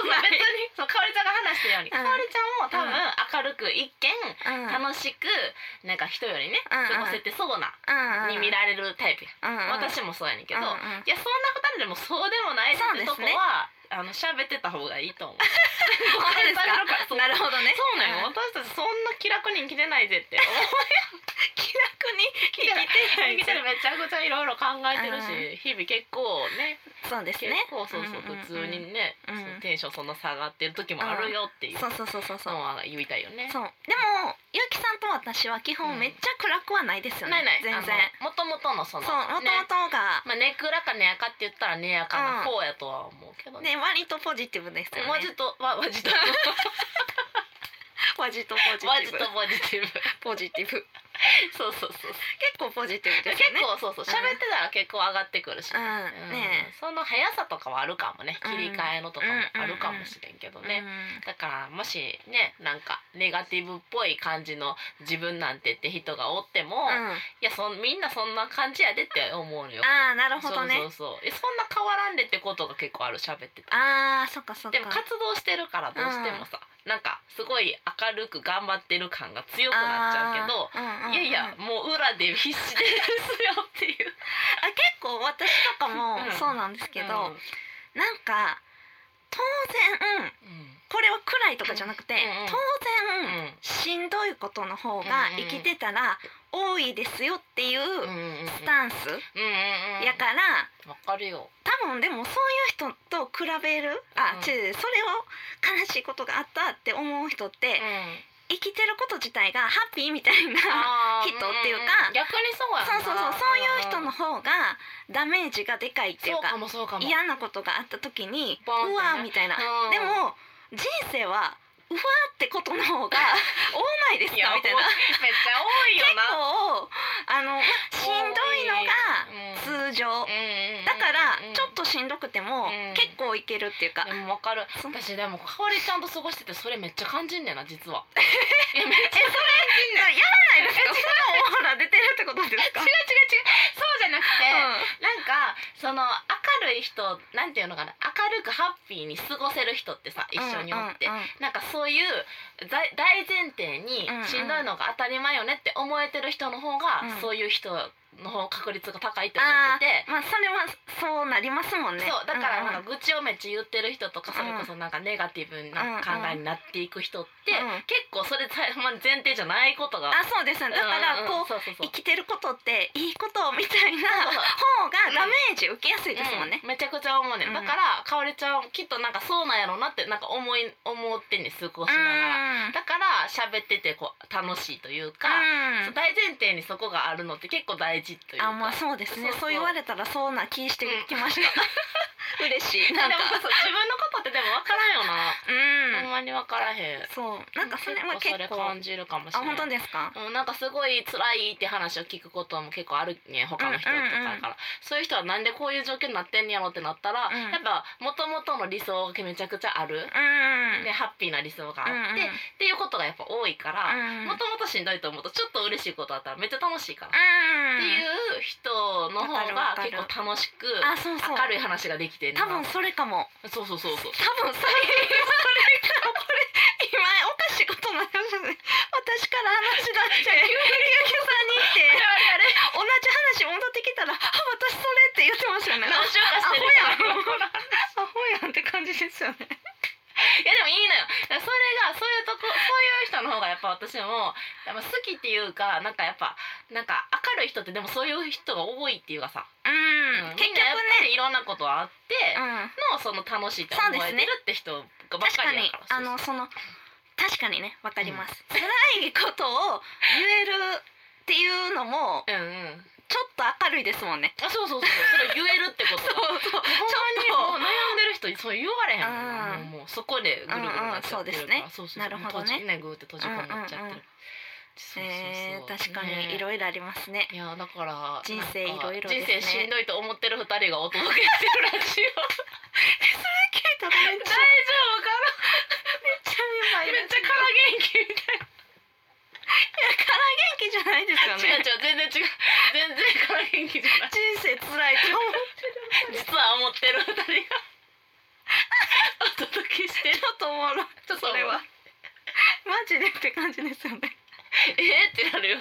S2: そう別にそうかおりちゃんが話してるように、
S1: うん
S2: かおりちゃんも多分明るく一見
S1: うんうん
S2: 楽しくなんか人よりね
S1: うん
S2: 過ごせてそうな
S1: うん
S2: に見られるタイプや、
S1: うんうん
S2: 私もそうやねんけど、
S1: うんうん
S2: いやそんな二人でもそうでもないってとこは、あの喋ってた方がいいと思う。誤
S1: 本当
S2: 解
S1: です
S2: さ
S1: か
S2: れるからそう
S1: なるほどね
S2: そうなんよ
S1: うん
S2: 私たちそんな気楽に生きてないぜって思う
S1: 気楽に聞きて
S2: 生き てるめちゃくちゃいろいろ考えてる
S1: う
S2: し日々結構ね
S1: そうです
S2: 結
S1: ね
S2: 構そうそう
S1: うんうんうん
S2: 普通にね、
S1: うん
S2: そうテンションそんな下がってる時もあるよっていう
S1: そうそうそうそうそう
S2: のは言いたいよね。
S1: そうでもゆうきさんと私は基
S2: うん
S1: 本めっちゃ暗くはないですよね、
S2: ないない
S1: 全然
S2: もともとの
S1: そ
S2: そ
S1: う
S2: の
S1: もとも
S2: ね
S1: とが、
S2: まあネクラかネアかって言ったらネアかな方やとは思うけどね。
S1: ね割とポジティブですよね
S2: わじとわわじ とわ
S1: 割とポジ
S2: じ
S1: ティ
S2: と
S1: ブ
S2: ポジティブ。
S1: ポジティブ結
S2: そうそうそう。
S1: 構ポジティブです
S2: 結
S1: よね
S2: 構そうそう喋ってたら結構上がってくるし。
S1: うんね
S2: その速さとかはあるかもね
S1: うん
S2: 切り替えのとかもあるかもしれんけどね、だからもしねなんかネガティブっぽい感じの自分なんてって人がおっても、
S1: うん、う
S2: い
S1: ん、あ
S2: やそんみんなそんな感じやでって思うのよ。
S1: あなるほどね
S2: そうそうそうえそんな変わらんでってことが結構ある喋ってた。
S1: あーそっかそっか
S2: でも活動してるからどうしてもさ、なんかすごい明るく頑張ってる感が強くなっちゃうけど。
S1: あーうんうんうん
S2: いやいやもう裏で必死ですよっていう
S1: あ結構私とかも
S2: うん
S1: そうなんですけど、
S2: うん
S1: なんか当然これは暗いとかじゃなくて、
S2: うんうん
S1: 当
S2: うん
S1: 然、しんどいことの方が生きてたら多いですよっていう
S2: うんうんうんうん
S1: スタンス
S2: うんうんうん
S1: やから
S2: わかるよ
S1: 多分でもそういう人と比べるあ
S2: うん
S1: 違う違うそれを悲しいことがあったって思う人って生きてること自体がハッピーみたいな。
S2: あ ー
S1: 人っていうか
S2: んん逆にそうや
S1: そうそうそうそういう人の
S2: っ
S1: 方がダメージがでかいっていう
S2: そう
S1: か
S2: かもそうかも
S1: 嫌なことがあった時にう
S2: ボンってね
S1: わーみたいな、
S2: うん
S1: でも人生はうわーってことの方 が多ないです
S2: いや
S1: かみたいな
S2: めっちゃ多いよ
S1: 結
S2: な
S1: 構あのましんどいの
S2: 多い
S1: が通常、
S2: うんうんうん
S1: だからちょっ
S2: と
S1: としんどくても
S2: うん
S1: 結構いけるっていうか、
S2: でもわかる
S1: そう
S2: 私でもかおりちゃんと過ごしててそれめっちゃ感じんねんな実はいやめっ
S1: えそれやらないですかそのオーラ出てるってことですか
S2: 違う違う違うそうじゃなくて、
S1: う
S2: なんかその明るい人なんていうのかな明るくハッピーに過ごせる人ってさ一緒におって、
S1: うんうんうん
S2: なんかそういうざい大前提に
S1: うんうん
S2: しんどいのが当たり前よねって思えてる人の方が、
S1: うん
S2: そういう人の方確率が高いって思
S1: あ
S2: ってて。
S1: ーまあそれはそうなりますもんね
S2: そうだから
S1: うんうん
S2: なんか愚痴をめっちゃ言ってる人とかそれこそなんかネガティブな考えになっていく人って
S1: うんうん
S2: 結構それさほんまに前提じゃないことが
S1: あそうですねだからこう
S2: そうそうそう
S1: 生きてることっていいことみたいな
S2: そう
S1: 方がダメージ受けやすいですもんね。
S2: うんめちゃくちゃ思うね、
S1: うん
S2: ん、だからかおりちゃんはきっとなんかそうなんやろうなってなんか思い思ってんねん過ごしながら
S1: うん
S2: だから喋っててこう楽しいというか、
S1: うん
S2: そう大前提にそこがあるのって結構大事というか
S1: あまあそうですね
S2: そう
S1: そう
S2: そう
S1: 言われたらそうな気してきました。 嬉しいなん
S2: でも
S1: か
S2: そう自分のことってでも分からんよな、
S1: うん
S2: ほんまに分からへん
S1: そうなんかそれは
S2: 結
S1: 結
S2: 構それ
S1: 構あ
S2: 感じるかもしれない
S1: 本当ですか
S2: うん、なんかすごい辛いって話を聞くことも結構あるね他の人とかから、
S1: うんうんうん
S2: そういう人はなんでこういう状況になってんやろってなったら、
S1: うん
S2: やっぱ元々の理想がめちゃくちゃある、
S1: うん
S2: でハッピーな理想があって、
S1: うんうん
S2: っていうことがやっぱ多いから、
S1: うん
S2: もともとしんどいと思うとちょっと嬉しいことあったらめっちゃ楽しいから、
S1: うん
S2: っていう人の方
S1: わ
S2: が
S1: かる
S2: 結
S1: わかる
S2: 構楽しく
S1: あそうそう
S2: 明るい話ができてんな
S1: 多分それかも
S2: そうそうそうそう
S1: 多分それそれかもこれ今おかしいことになりましたね私から話だってゆうきさんにって
S2: あれ
S1: 同じ話戻ってきたら「あ私それ」って言ってました よね。
S2: 何周かしてる
S1: アホやん
S2: ほら
S1: アホやんって感じですよね。
S2: いやでもいいのよだからそれがそういうとこそういう人の方がやっぱ私もやっぱ好きっていうかなんかやっぱなんか明るい人ってでもそういう人が多いっていうかさ、
S1: うん、
S2: うん
S1: 結
S2: みんなやっ
S1: 局
S2: ぱ
S1: ね、
S2: りいろんなことあって、
S1: うん、
S2: のその楽しいって思えてるって人がばっ
S1: 確
S2: か
S1: か
S2: り
S1: に
S2: やから
S1: あのその確かにねわかります、辛いことを言えるっていうのも
S2: そうそううんうん
S1: ちょっと明るいですもんね。
S2: あそうそうそうそれ言えるってことが
S1: う そう。ち
S2: ほ
S1: ょ
S2: んまにも
S1: っ
S2: う悩んでる人そう言われへんもんな
S1: うん
S2: もうもうそこでぐるぐるなっちゃってるから、
S1: うんうん
S2: そうそうそう
S1: なるほどね
S2: もう閉じねぐーって閉じこもっちゃってる、
S1: うんうんうん
S2: そ
S1: と
S2: うそうそう
S1: えー、確かにい
S2: ね
S1: ろいろありますね。
S2: いやだから
S1: 人生いろいろですね
S2: なんか人生しんどいと思ってる二人がお届けしてるラジオ
S1: 聞いたらめっ
S2: 大
S1: ち
S2: 丈
S1: ゃ
S2: 夫か
S1: めっちゃ
S2: な
S1: め
S2: めっちゃから元気みたい
S1: 元気じゃないですよ
S2: な違う違
S1: ね。
S2: う全然違う全然から元気じゃない
S1: 人生辛いって思う
S2: 実は思ってる二人がお届けし
S1: ち
S2: てる
S1: ょっとおもろい
S2: ちょっと
S1: そ
S2: おもろい
S1: れはマジでって感じですよね
S2: えーってなるよ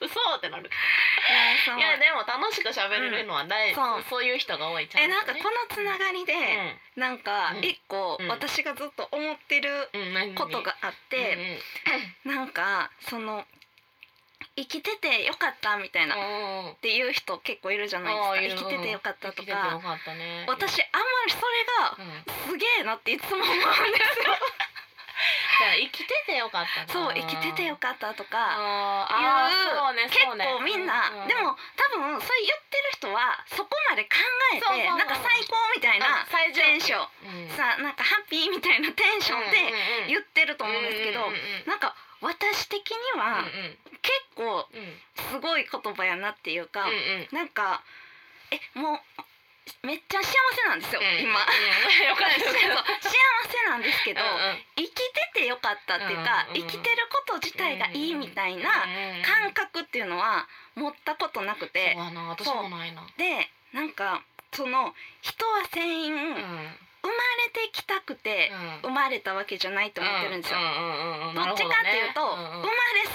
S2: 嘘ってなる
S1: い
S2: いやでも楽しく喋れるのは大、
S1: うん
S2: そ
S1: そうう
S2: そういう人が多いちゃ
S1: え
S2: んと、ね、
S1: なんかこのつながりで、なんか
S2: うん
S1: 一個
S2: うん
S1: 私がずっと思ってる
S2: うん、うん何々、
S1: ことがあって、なんかその生きててよかったみたい
S2: うん
S1: な
S2: う
S1: っ
S2: んうん
S1: ていう人結構いるじゃない
S2: あーい
S1: で
S2: る
S1: すか生きててよかった
S2: 生
S1: と
S2: きててよ
S1: か
S2: かったね
S1: 私あんまりそ
S2: うん、
S1: れ
S2: だ
S1: がすげえなっていつも思うんですよ
S2: から生きててよかっ た
S1: そう生きててよ
S2: っ
S1: かったとか
S2: あーあーそうね
S1: 結
S2: そうね
S1: 構みんな、
S2: うう
S1: でも多分そう言ってる人はそこまで考えて
S2: そうそうそう
S1: なんか最高みたいな
S2: うん最上級
S1: テンション
S2: うん
S1: さなんかハッピーみたいなテンションで
S2: うんうんうん
S1: 言ってると思うんですけど、
S2: うんうんうん
S1: なんか私的には結構
S2: うんうんうん
S1: すごい言葉やなっていうか、
S2: うんうん
S1: なんかえもうめっちゃ幸せなんですよ、
S2: うん
S1: 今。
S2: うんよかった
S1: そう
S2: よ
S1: 幸
S2: かっ
S1: せなんですけど
S2: たうんうん
S1: 生きててよかったっていうか、
S2: うんうんうん
S1: 生きてること自体がいいみたいな
S2: うん
S1: 感覚っていうのは持ったことなくて
S2: そうやな私もないな
S1: でなんかその人は全員生ま
S2: う
S1: れ
S2: ん
S1: てきたくて
S2: う
S1: 生
S2: ん
S1: まれたわけじゃないと思ってるんですよ
S2: う。んうんうんうん
S1: ど
S2: なる
S1: っ
S2: ほ
S1: ち
S2: ど
S1: か
S2: ね
S1: っていうと、
S2: ん
S1: 生
S2: ん
S1: ま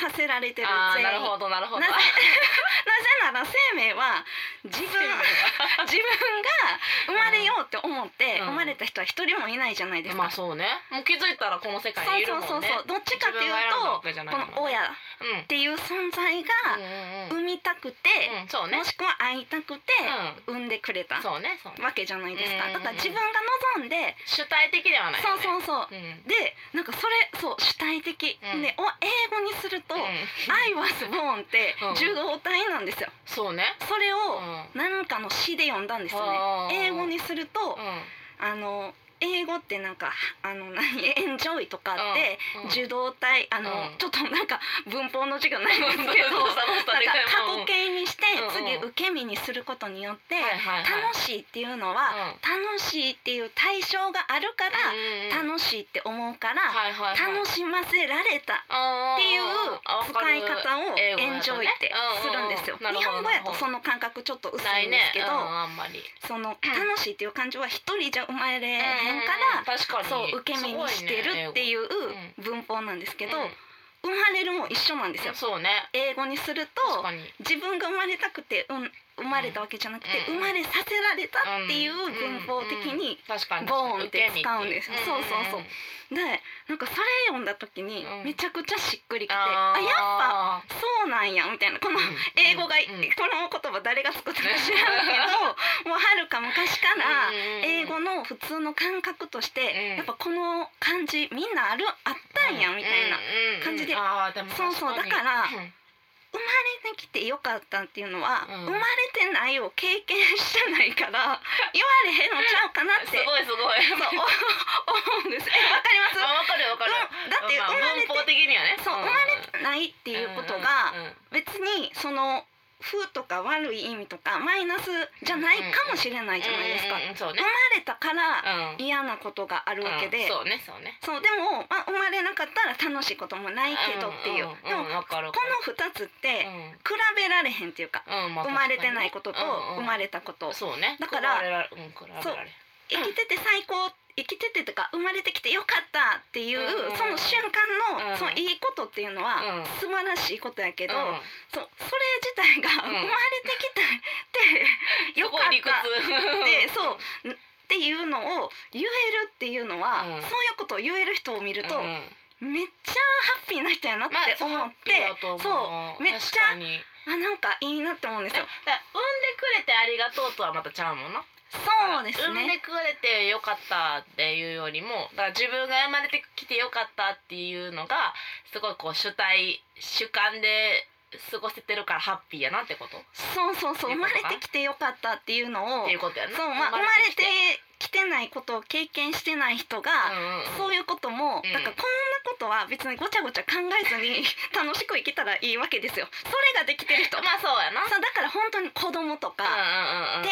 S1: れさせられてる
S2: あー
S1: 全員
S2: なるほどなるほど
S1: なぜなぜなら生命は自 分自分が生まれようって思って
S2: うん
S1: 生まれた人は一人もいないじゃないです
S2: ま
S1: か、
S2: あそうねもう気づいたらこの世界
S1: そ
S2: にいうるも
S1: そ
S2: ん
S1: う
S2: ね
S1: そうそうどっちかっていうと
S2: 自分が選んだわけじゃない
S1: こ
S2: もんね
S1: の親っ
S2: うんうん
S1: ていう存在が
S2: うん
S1: 生みたくて、
S2: うんそうね
S1: もしくは会いたくて
S2: うん
S1: 産んでくれた
S2: そうねそうね
S1: わけじゃないです
S2: う
S1: か
S2: ん
S1: だから自分が望んで
S2: 主体的ではない
S1: そう
S2: う
S1: そうそう
S2: うんうん
S1: でなんかそれそう主体的、
S2: うん
S1: でお英語にすると「I was born」って
S2: うん
S1: 15体なんですよ。
S2: そうね
S1: それ
S2: う
S1: を
S2: ん
S1: なんかの詩で読んだんですよ
S2: あ
S1: ね
S2: ー
S1: 英語にすると
S2: うん
S1: あの英語ってなんかあの何エンジョイとかって
S2: うんうん
S1: 受動体あの
S2: うん
S1: ちょっとなんか文法の授業ないんですけど
S2: そうそうそう
S1: なんか過去形にして
S2: うん
S1: 次
S2: うん
S1: 受け身にすることによって
S2: はいはいはい
S1: 楽しいっていうのは楽しいっていう対象があるから
S2: し
S1: 楽しいって思うから
S2: 楽
S1: 楽しませられたっ
S2: って
S1: いう使い方をエンジョイってするんですよ。
S2: なる
S1: 日
S2: ほど
S1: 本語や
S2: なるほ
S1: と
S2: ど
S1: その感覚ちょっと薄
S2: ない
S1: んで
S2: ね
S1: すけど、
S2: うんあんまり
S1: その楽しいっていう感情は一人じゃ生まれへんから、
S2: うん確かに
S1: そう受け身にしてるって
S2: う
S1: いう
S2: うん
S1: 文法なんですけど、
S2: うん
S1: 生まれるも一緒なんですよ。
S2: そうね
S1: 英語にする
S2: 確
S1: と
S2: かに
S1: 自分が生まれたくて、うん、生まれたわけじゃなくて、
S2: うん
S1: 生まれさせられたっていう文法的に、
S2: うんうん確かに
S1: ボーンって使うんです
S2: 受け身
S1: そうそうそうでなんかそれ読んだ時に
S2: うん
S1: めちゃくちゃしっくりきて、あ
S2: あー
S1: やっぱそうなんやみたいなこの
S2: うん
S1: 英語が、
S2: うん
S1: この言葉誰が作ったか知らんけ どもうはるか昔から
S2: うんうんうん
S1: 英語の普通の感覚として、
S2: うん
S1: やっぱこの漢字みんなあるあったんやみたいな、
S2: うんうんうん
S1: 感じで
S2: あーでも
S1: そうそう
S2: 確かに
S1: だから
S2: うん
S1: 生まれてきてよかったっていうのは、
S2: うん
S1: 生まれてないを経験してない から言われへんのちゃうかなっ
S2: す
S1: て
S2: ごいすごい。
S1: そうお思うんですえわかります
S2: あわかるわかる。
S1: うんだって
S2: まあ
S1: 生まれて
S2: 文法的にはね。
S1: そう生まれてないって
S2: て
S1: いうことが
S2: うんうん
S1: 別にその負とか悪い意味とかマイナスじゃないかもしれないじゃないですか
S2: うんうんうんそう
S1: 生
S2: ね。
S1: まれたから
S2: うん
S1: 嫌なことがあるわけ
S2: う
S1: で
S2: んそうねそうね。
S1: そうでも、まあ、生まれなかったら楽しいこともないけどっていうで
S2: ん
S1: も
S2: んんわかるわ
S1: こ
S2: かる。
S1: の2つって
S2: うん
S1: 比べられへんっていうか
S2: うんまあ
S1: 生まれてないことと
S2: 確かにねうんうん
S1: 生まれたこと
S2: そうね。
S1: だから
S2: 比べられうん比べられ
S1: そう生きてて最高生きててとか生まれてきてよかったっていう
S2: うんうん
S1: その瞬間
S2: うん
S1: のそのいいことっていうの
S2: う
S1: は
S2: ん
S1: 素晴らしいことやけど
S2: うん
S1: そうそれ自体が
S2: うん
S1: 生まれてきたっ てよ
S2: す
S1: か
S2: ごい理
S1: ったっ
S2: 屈。
S1: で そうていうのを言えるっていうのは、
S2: う
S1: そうい
S2: ん
S1: うことを言える人を見ると、
S2: うん
S1: めっちゃハッピーな人やなって
S2: まあ
S1: 思っ
S2: ハッピー
S1: て
S2: だ、と思
S1: そうめっちゃ
S2: 確かに
S1: あなんかいいなって思うんですよ
S2: だか。ら産んでくれてありがとうとはまたちゃうもんな。
S1: そうです
S2: 産ん
S1: ね。
S2: でくれてよかったっていうよりもだから自分が生まれてきてよかったっていうのがすごいこう主体主観で過ごせてるからハッピーやなってことっ
S1: そうそうそう
S2: い
S1: 生ま
S2: うこと
S1: れ
S2: か
S1: てきてよかったっていうのを
S2: ていうことやな。
S1: そうまあ生まれてきてないことを経験してない人が、
S2: うんうんうん
S1: そういうことも、
S2: うん
S1: だからこんなことは別にごちゃごちゃ考えずに 楽しく生きたらいいわけですよ。それができてる人。
S2: まあそうやな。
S1: そうだから本当に子供とか。
S2: うんうんうんうん
S1: で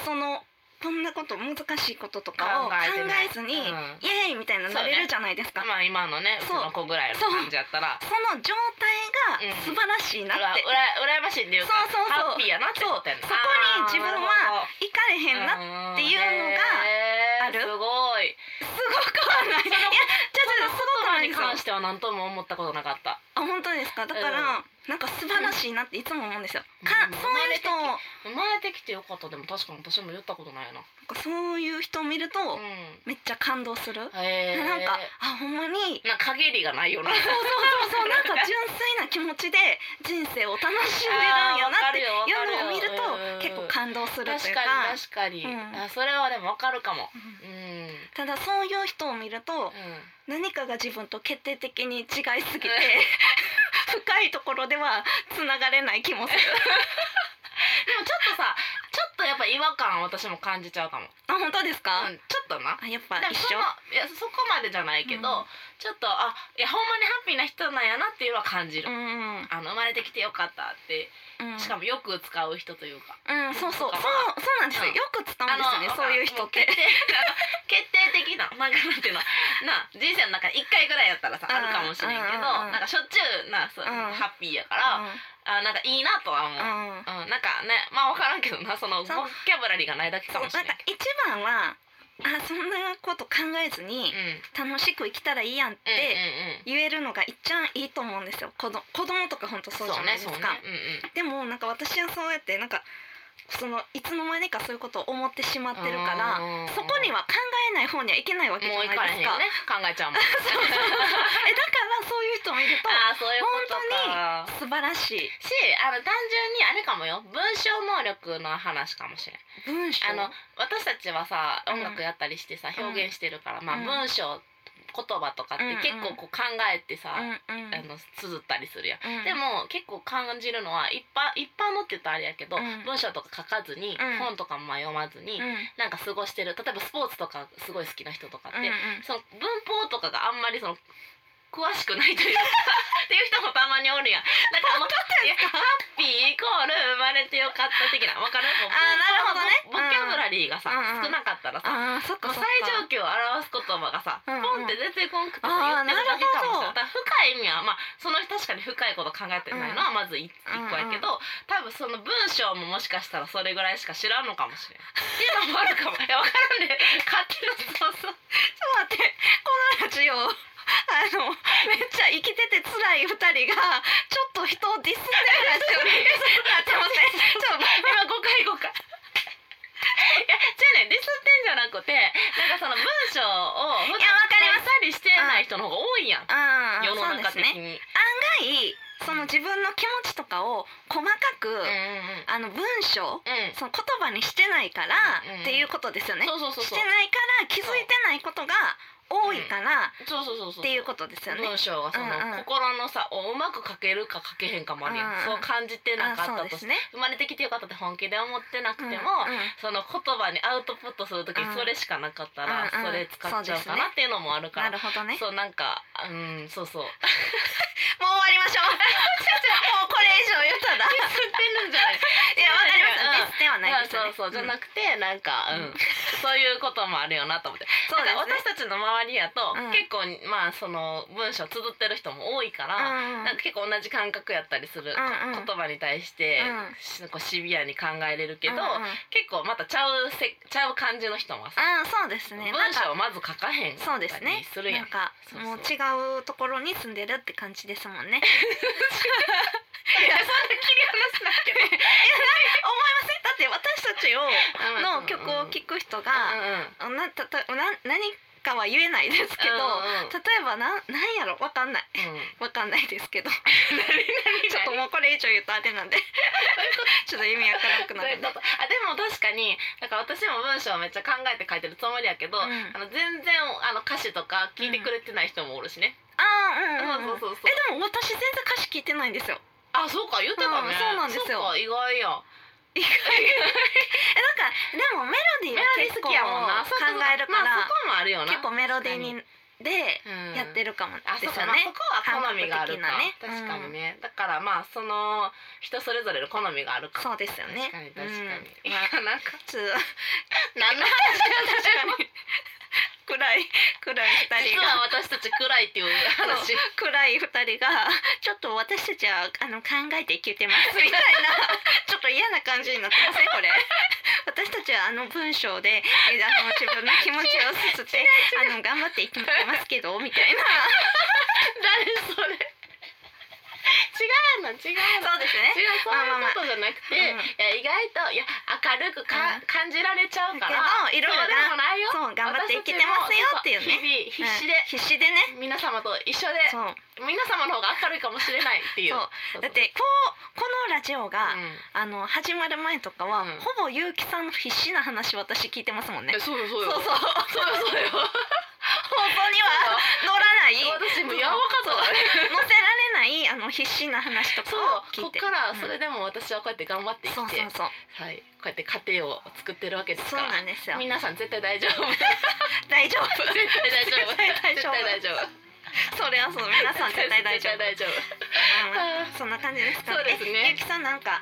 S2: うん
S1: そのこんなこと難しいこととかを考
S2: てない
S1: えずに、
S2: うん
S1: イエーイみたいななれるじゃないですかそ,、
S2: まあ今のねうち
S1: そう
S2: の子ぐらいの
S1: そう
S2: 感じやったら
S1: の状態が
S2: う
S1: 素
S2: ん
S1: 晴らしいな
S2: うら
S1: って、
S2: うら羨ましいっていうか
S1: そうそうそう
S2: ハッピーやなってことやな
S1: そこに自分は行かれへんな、
S2: な
S1: っていうのがある
S2: すごい
S1: すごくはないいやじゃあじゃあすごくは
S2: 言葉
S1: ない
S2: に
S1: ですよ
S2: 関しては何とも思ったことなかった
S1: あ本当ですかだから、なんか素晴らしいなっていつも思うんですよ、か
S2: うん
S1: そういう人をなん
S2: 生まれてきてよかったでも確かに私も言ったことないな
S1: かそういう人を見ると、
S2: うん
S1: めっちゃ感動する、
S2: へえ
S1: なんかあほんまに
S2: なんか限りがないよな
S1: そうそうそうそうなんか純粋な気持ちで人生を楽しんでるんやなって
S2: あーわかるよわかる
S1: いう
S2: よ
S1: のを見ると
S2: うん
S1: 結構感動するという
S2: 確
S1: か
S2: かに確かに、
S1: うん
S2: あそれはでもわかるかも
S1: うん
S2: うん、
S1: ただそういう人を見ると
S2: うん
S1: 何かが自分と決定的に違いすぎて 深いところではつながれない気もする。
S2: でもちょっとさちょっとやっぱ違和感私も感じちゃうかも、
S1: あ本当ですか
S2: う、ん、ちょっとな
S1: あやっぱ
S2: でも
S1: 一
S2: そ
S1: 緒
S2: のいやそこまでじゃないけど、
S1: うん
S2: ちょっとあいやほんまにハッピーな人なんやなっていうのは感
S1: う
S2: じる、
S1: んうん
S2: あの生まれてきてよかったって
S1: うん
S2: しかもよく使う人というか、
S1: うんそうそうそうそう
S2: と
S1: な
S2: か
S1: んですよ
S2: うん
S1: よく伝わるんですよねそういう人っ
S2: も
S1: て
S2: 決定あの決定的ななんかなんていうのな人生の中に1回ぐらいやったら
S1: う
S2: さ
S1: ん
S2: あるかもしれんけど
S1: うんうんうん
S2: なんかしょっちゅうなそ
S1: う
S2: う
S1: ん
S2: ハッピーやからあなんかいいなとは思
S1: う。んう
S2: う
S1: ん
S2: うん、なんかねまあ分からんけどなそのボキ
S1: そう
S2: ャブラリーがないだけ
S1: そ
S2: か
S1: う
S2: も
S1: なん
S2: しれ
S1: か
S2: ない
S1: 一番はあそんなこと考えずに楽しく生きたらいいやんって
S2: で
S1: 言えるのが一番いいと思うんですよ子ど子供とか本当そうじゃないですか、でもなんか私はそうやってなんかそのいつの間にかそういうことを思ってしまってるからそこに
S2: は
S1: は考えない方にはいけないわけじゃ
S2: もう
S1: ない
S2: 行かれへん
S1: ですか
S2: よね考えちゃうもん
S1: えだからそういう人を見ると
S2: ああそういうことか
S1: 素晴らしい
S2: しあの単純にあれかもよ文章能力の話かもしれん
S1: 文章
S2: あの私たちはさ
S1: うん
S2: 音楽やったりしてさ、
S1: うん
S2: 表現してるから、まあ
S1: うん
S2: 文章言葉とかって結構こう考えてさ、
S1: うんうん
S2: あの綴ったりするやん
S1: うん
S2: でも結構感じるのは一般一般のって言ったらあれやけど、
S1: うん
S2: 文章とか書かずに、
S1: うん
S2: 本とかもまあ読まずに、
S1: うん
S2: なんか過ごしてる例えばスポーツとかすごい好きな人とかって、
S1: うんうん
S2: その文法とかがあんまりその詳しくないというか っていう人もたまにおるやんだからもういやハッピーイコール生まれてよかった的なわかるもう
S1: あーなるほどね
S2: ボボキャブラリーがさ、
S1: うんうん
S2: 少なかったらさ、
S1: あーそっか
S2: もう
S1: そっか
S2: 最上級を表す言葉がさ、
S1: うんうん
S2: ポンって出てこんくてさ
S1: あー
S2: 言ってるだけかもしれない
S1: なるほど
S2: だから深い意味はまあその確かに深いこと考えてないのはまずい一個やけど、多分その文章ももしかしたらそれぐらいしか知らんのかも しれんっていうのもあるかもいや分からんで、勝手なそうそ
S1: ちょっ
S2: う
S1: と待ってこのラジオあのめっちゃ生きてて辛い二人がちょっと人をディスってるラジオに なってませんちょっと
S2: 今5回5回いやじゃあねディスってんじゃなくてなんかその文章を
S1: いやわかります
S2: たりしてない人の方が多いやん
S1: あー
S2: 世の
S1: そうで
S2: 中
S1: す
S2: 的
S1: ね
S2: に。
S1: 案外その自分の気持ちとかを細かく、
S2: うん
S1: あの文章
S2: うんうん
S1: その言葉にしてないから
S2: うんうん
S1: っていうことですよね。
S2: そうそうそう
S1: し
S2: そ
S1: て
S2: う
S1: ないから気づいてないことが多いから
S2: そうそうそうそう
S1: っていうことですよね。
S2: 文章がその、
S1: うんうん
S2: 心のさをうまく書けるか書けへんかもあるやん、
S1: うんうん
S2: そう感じてなか
S1: あ
S2: っ
S1: そ
S2: た
S1: う
S2: と
S1: で
S2: し
S1: す
S2: て、
S1: ね。
S2: 生まれてきてよかったって本気で思ってなくても、
S1: うんうん
S2: その言葉にアウトプットする時に
S1: うん
S2: それしかなかった
S1: うん
S2: ら、
S1: うん
S2: それ使っちゃうかなっていうのもあるか
S1: な
S2: ら、
S1: るほどね。
S2: そうなんかうんそ うそう
S1: もう 終わりましょう。もうこれ以上言 ったら。い
S2: 吸ってるんじゃない
S1: やわかります。別ではないですよね。
S2: そうそうじゃな
S1: く
S2: くて、なんか、う
S1: う
S2: ん
S1: ん
S2: そういうこともあるよなと思って
S1: そうです
S2: なんか
S1: ね。
S2: 私たちの周りやと、
S1: うん
S2: 結構まあその文章綴ってる人も多いから、
S1: うん
S2: なんか結構同じ感覚やったりする、
S1: うんうん
S2: 言葉に対して、
S1: うん
S2: しこうシビアに考えれるけど、
S1: うんうん
S2: 結構またちゃうせちゃう感じの人もさ、
S1: あーそうですね。なん
S2: 文章
S1: か
S2: をまず書かへん
S1: そうですね。
S2: するや
S1: なんんか
S2: そうそう
S1: もう違うところに住んでるって感じですも んね。
S2: いやそんな切り離すなけ ど
S1: 思いません。だって私たちをの曲を
S2: く
S1: 聴く人
S2: か
S1: が、なたたな何かは言えないですけど、
S2: うんうん
S1: 例えばなんなんやろわかんないわかんないですけど、ちょっともうこれ以上言うとあれなんで、 ちょっと意味わからなくな
S2: どうい
S1: る
S2: う。ことあでも確かになんか私も文章をめっちゃ考えて書いてるつもりやけど、
S1: うん
S2: あの全然あの歌詞とか聞いてくれてない人もおるしね、
S1: ああ、うんうん、うん。
S2: そうそうそうそう
S1: えでも私全然歌詞聞いてないんですよ。
S2: あそうか言ってたね、
S1: うんそうなんですよ
S2: そうか意外や
S1: 意外えなんかでもメロディーは
S2: メロディー
S1: 結
S2: 好
S1: 構
S2: きやもんな
S1: 考えるか
S2: まあ、
S1: ら
S2: そ、こもあるよな
S1: 結構メロディーにで
S2: うん
S1: やってるかもで
S2: あ
S1: す
S2: そう
S1: よ
S2: か、まあ、
S1: ね
S2: そ。こは好みがあるか、
S1: 感覚的なね
S2: 確かにね、だからまあその人それぞれの好みがあるか
S1: そうですよね。
S2: 確かに確かに、
S1: うん
S2: いやなんか
S1: ちょっと
S2: 何の話
S1: 確かに暗い暗い二人
S2: 実
S1: が
S2: は私たち暗いっていう話
S1: 暗い二人がちょっと私たちはあの考えて生きてますみた いなちょっと嫌な感じになってませんこれ私たちはあの文章でえあの自分の気持ちをつ つてあの頑張って生きてますけどみたいな
S2: 誰それ違うの違うの
S1: そうですね
S2: 違うそういうことじゃなくて、
S1: まあまあうん
S2: いや意外といや明るくか、
S1: うん
S2: 感じられちゃうから
S1: だけどいろいろ
S2: そうでもないよ
S1: そう頑張って生きてますよっていうね
S2: ね日々必死
S1: うん必死
S2: で、
S1: でね
S2: 皆様と一緒で
S1: そう
S2: 皆様の方が明るいかもしれないっていう
S1: そう
S2: そうそ
S1: だ
S2: う
S1: ってこうこのラジオが、あの始まる前とかは、
S2: うん
S1: ほぼ結城さんの必死な話私聞いてますもんね
S2: え。そうよそう
S1: そうそ
S2: よ
S1: う、
S2: そうよそうよ
S1: 放送には乗らない。
S2: 私もうやばかったわ
S1: 載せられないあの必死な話とか
S2: そ
S1: を聞
S2: うこ
S1: い。
S2: ってからそれでも私はこうやって頑張って
S1: そ
S2: 生
S1: う
S2: き
S1: そう
S2: て、
S1: そう。
S2: はいこうやって家庭を作ってるわけです
S1: そ
S2: か
S1: う
S2: ら
S1: なんですよ。
S2: 皆さん絶対大丈 夫絶
S1: 大丈夫。
S2: 対大丈夫
S1: 絶対大
S2: 絶
S1: 丈夫
S2: 対大丈夫
S1: それはそう皆さん絶対大丈夫。
S2: 絶対 大丈夫
S1: まあまあそんな感じですか。
S2: そうですね
S1: え結城さんなんか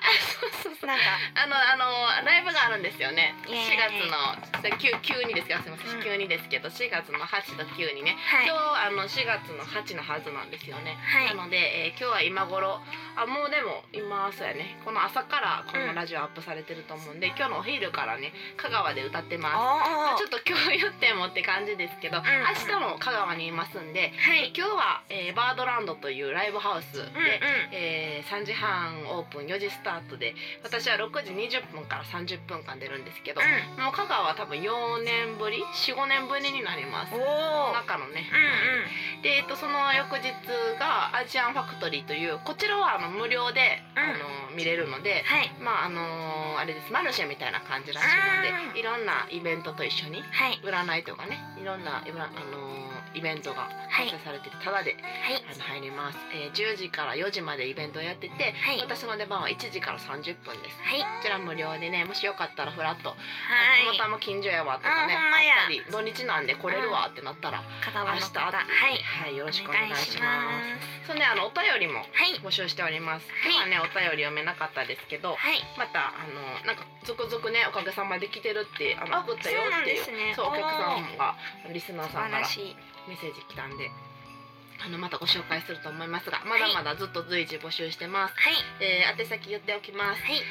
S2: そうそう
S1: なんか
S2: あのあのライブがあるんですよね。
S1: イ
S2: 4
S1: エーイ
S2: 月の急急にですけどすみませ
S1: うん
S2: ん急にですけど4月の8と9にね。
S1: はい
S2: 今日あの4月の8のはずなんですよね。
S1: はい
S2: なので、えー今日は今頃あもうでも今そうやねこの朝からこ
S1: うん
S2: のラジオアップされてると思うんで、今日のお昼からね香川で歌ってます。まあ
S1: あ
S2: ちょっと今日言ってもって感じですけど、
S1: ん
S2: 明日も香川にいますんで、
S1: はい
S2: 今日は、えーバードランドというライブハウスで、
S1: うんうん
S2: えー3時半オープン4時スタートで私は6時20分から30分間出るんですけど、
S1: う
S2: もう香川は多分4年ぶり45年ぶりになります
S1: ん。おお。
S2: 中のね、
S1: うんうん。
S2: で、えっと、その翌日がアジアンファクトリーというこちらはあの無料で、
S1: うん
S2: あの見れるので。
S1: はい
S2: まああのーあれですマルシェみたいな感じらしいの
S1: うん
S2: でいろんなイベントと一緒に
S1: はい
S2: 占いとかねいろんな、いろんなあのーイベントが
S1: はい
S2: 開催されてて、ただで
S1: はい
S2: あの入ります、えー、10時から4時までイベントをやってて、
S1: はい
S2: 私の出番は1時から30分です
S1: はい
S2: こちら無料でねもしよかったらフラッと
S1: は
S2: 「た
S1: い
S2: また。ま近所やわ」とかね
S1: あほんまや
S2: あったり「土日なんで来れるわ」ってなったら、
S1: 香川
S2: 明
S1: の
S2: 日
S1: 方。は
S2: はいい、。はい、よろしく
S1: お
S2: お願
S1: 願
S2: い
S1: いし
S2: し
S1: ま
S2: ますそんであのお便りも
S1: す。はい
S2: 募集しております、
S1: はい
S2: 今ねお便り読めなかったですけど
S1: はい。
S2: またあのなんか続々ねおかげさまで来てるってあの
S1: あ
S2: 送ったよっていう
S1: そうなんですね
S2: そうお客
S1: お
S2: さ
S1: ー
S2: んがリスナー
S1: 素
S2: さん
S1: 晴
S2: から
S1: らしい。
S2: メッセージ来たんであのまたご紹介すると思いますがまだまだずっと随時募集してます、
S1: はい
S2: えー宛先言っておきます
S1: はい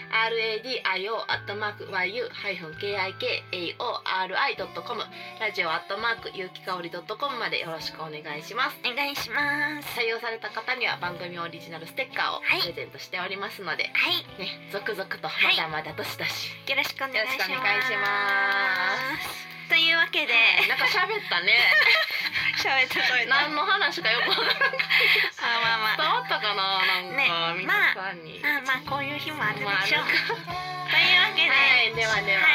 S2: radio アットマーク yu-kikaori.com ラジオアットマーク有機香り .com までよろしくお願いします
S1: お願いします。
S2: 採用された方には番組オリジナルステッカー
S1: は
S2: を
S1: い
S2: プレゼントしておりますので、
S1: はい。
S2: ね続々とま
S1: い
S2: だまだどしどし、
S1: よろしくお願いします。
S2: よろしくお願いします
S1: というわけで、
S2: なんか喋った ね
S1: 喋って それた。
S2: 何の話かよくわからんかった
S1: あまあまあ。
S2: 伝わったかななんか、
S1: ね
S2: 皆さんに、
S1: まあまあこういう日もあるでしょう。
S2: まあ
S1: というわけで、
S2: はいではでは
S1: は